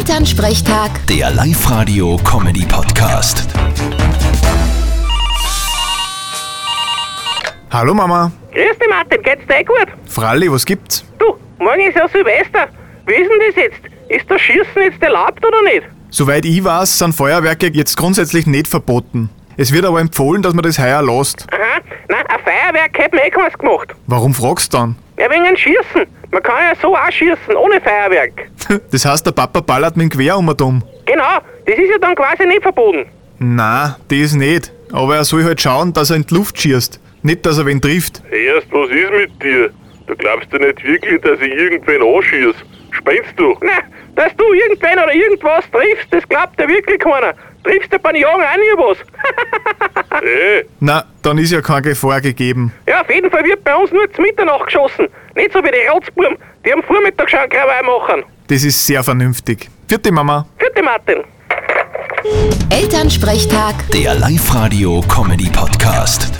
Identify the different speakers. Speaker 1: Elternsprechtag,
Speaker 2: Der Live-Radio-Comedy-Podcast.
Speaker 3: Hallo Mama.
Speaker 4: Grüß dich, Martin, geht's dir eh gut?
Speaker 3: Fralli, was gibt's?
Speaker 4: Du, morgen ist ja Silvester. Wie ist denn das jetzt? Ist das Schießen jetzt erlaubt oder nicht?
Speaker 3: Soweit ich weiß, sind Feuerwerke jetzt grundsätzlich nicht verboten. Es wird aber empfohlen, dass man das heuer lässt.
Speaker 4: Aha, nein, ein Feuerwerk hätte mir eh keins gemacht.
Speaker 3: Warum fragst du dann?
Speaker 4: Ja, wegen dem Schießen. Man kann ja so auch schießen, ohne Feuerwerk.
Speaker 3: Das heißt, der Papa ballert mit dem Quer um und um.
Speaker 4: Genau, das ist ja dann quasi nicht verboten.
Speaker 3: Na, das nicht. Aber er soll halt schauen, dass er in die Luft schießt. Nicht, dass er wen trifft.
Speaker 5: Erst, was ist mit dir? Du glaubst ja nicht wirklich, dass ich irgendwen anschieß. Spinnst du?
Speaker 4: Na, dass du irgendwen oder irgendwas triffst, das glaubt ja wirklich keiner. Triffst du bei den Jungen auch nie was?
Speaker 5: Ey,
Speaker 3: Na, dann ist ja keine Gefahr gegeben.
Speaker 4: ja, auf jeden Fall wird bei uns nur zu Mitternacht geschossen. Nicht so wie die Rotzbuben, die am Vormittag schon Krawall machen.
Speaker 3: Das ist sehr vernünftig. Vierte Mama.
Speaker 4: Vierte Martin.
Speaker 1: Elternsprechtag.
Speaker 2: Der Live-Radio-Comedy-Podcast.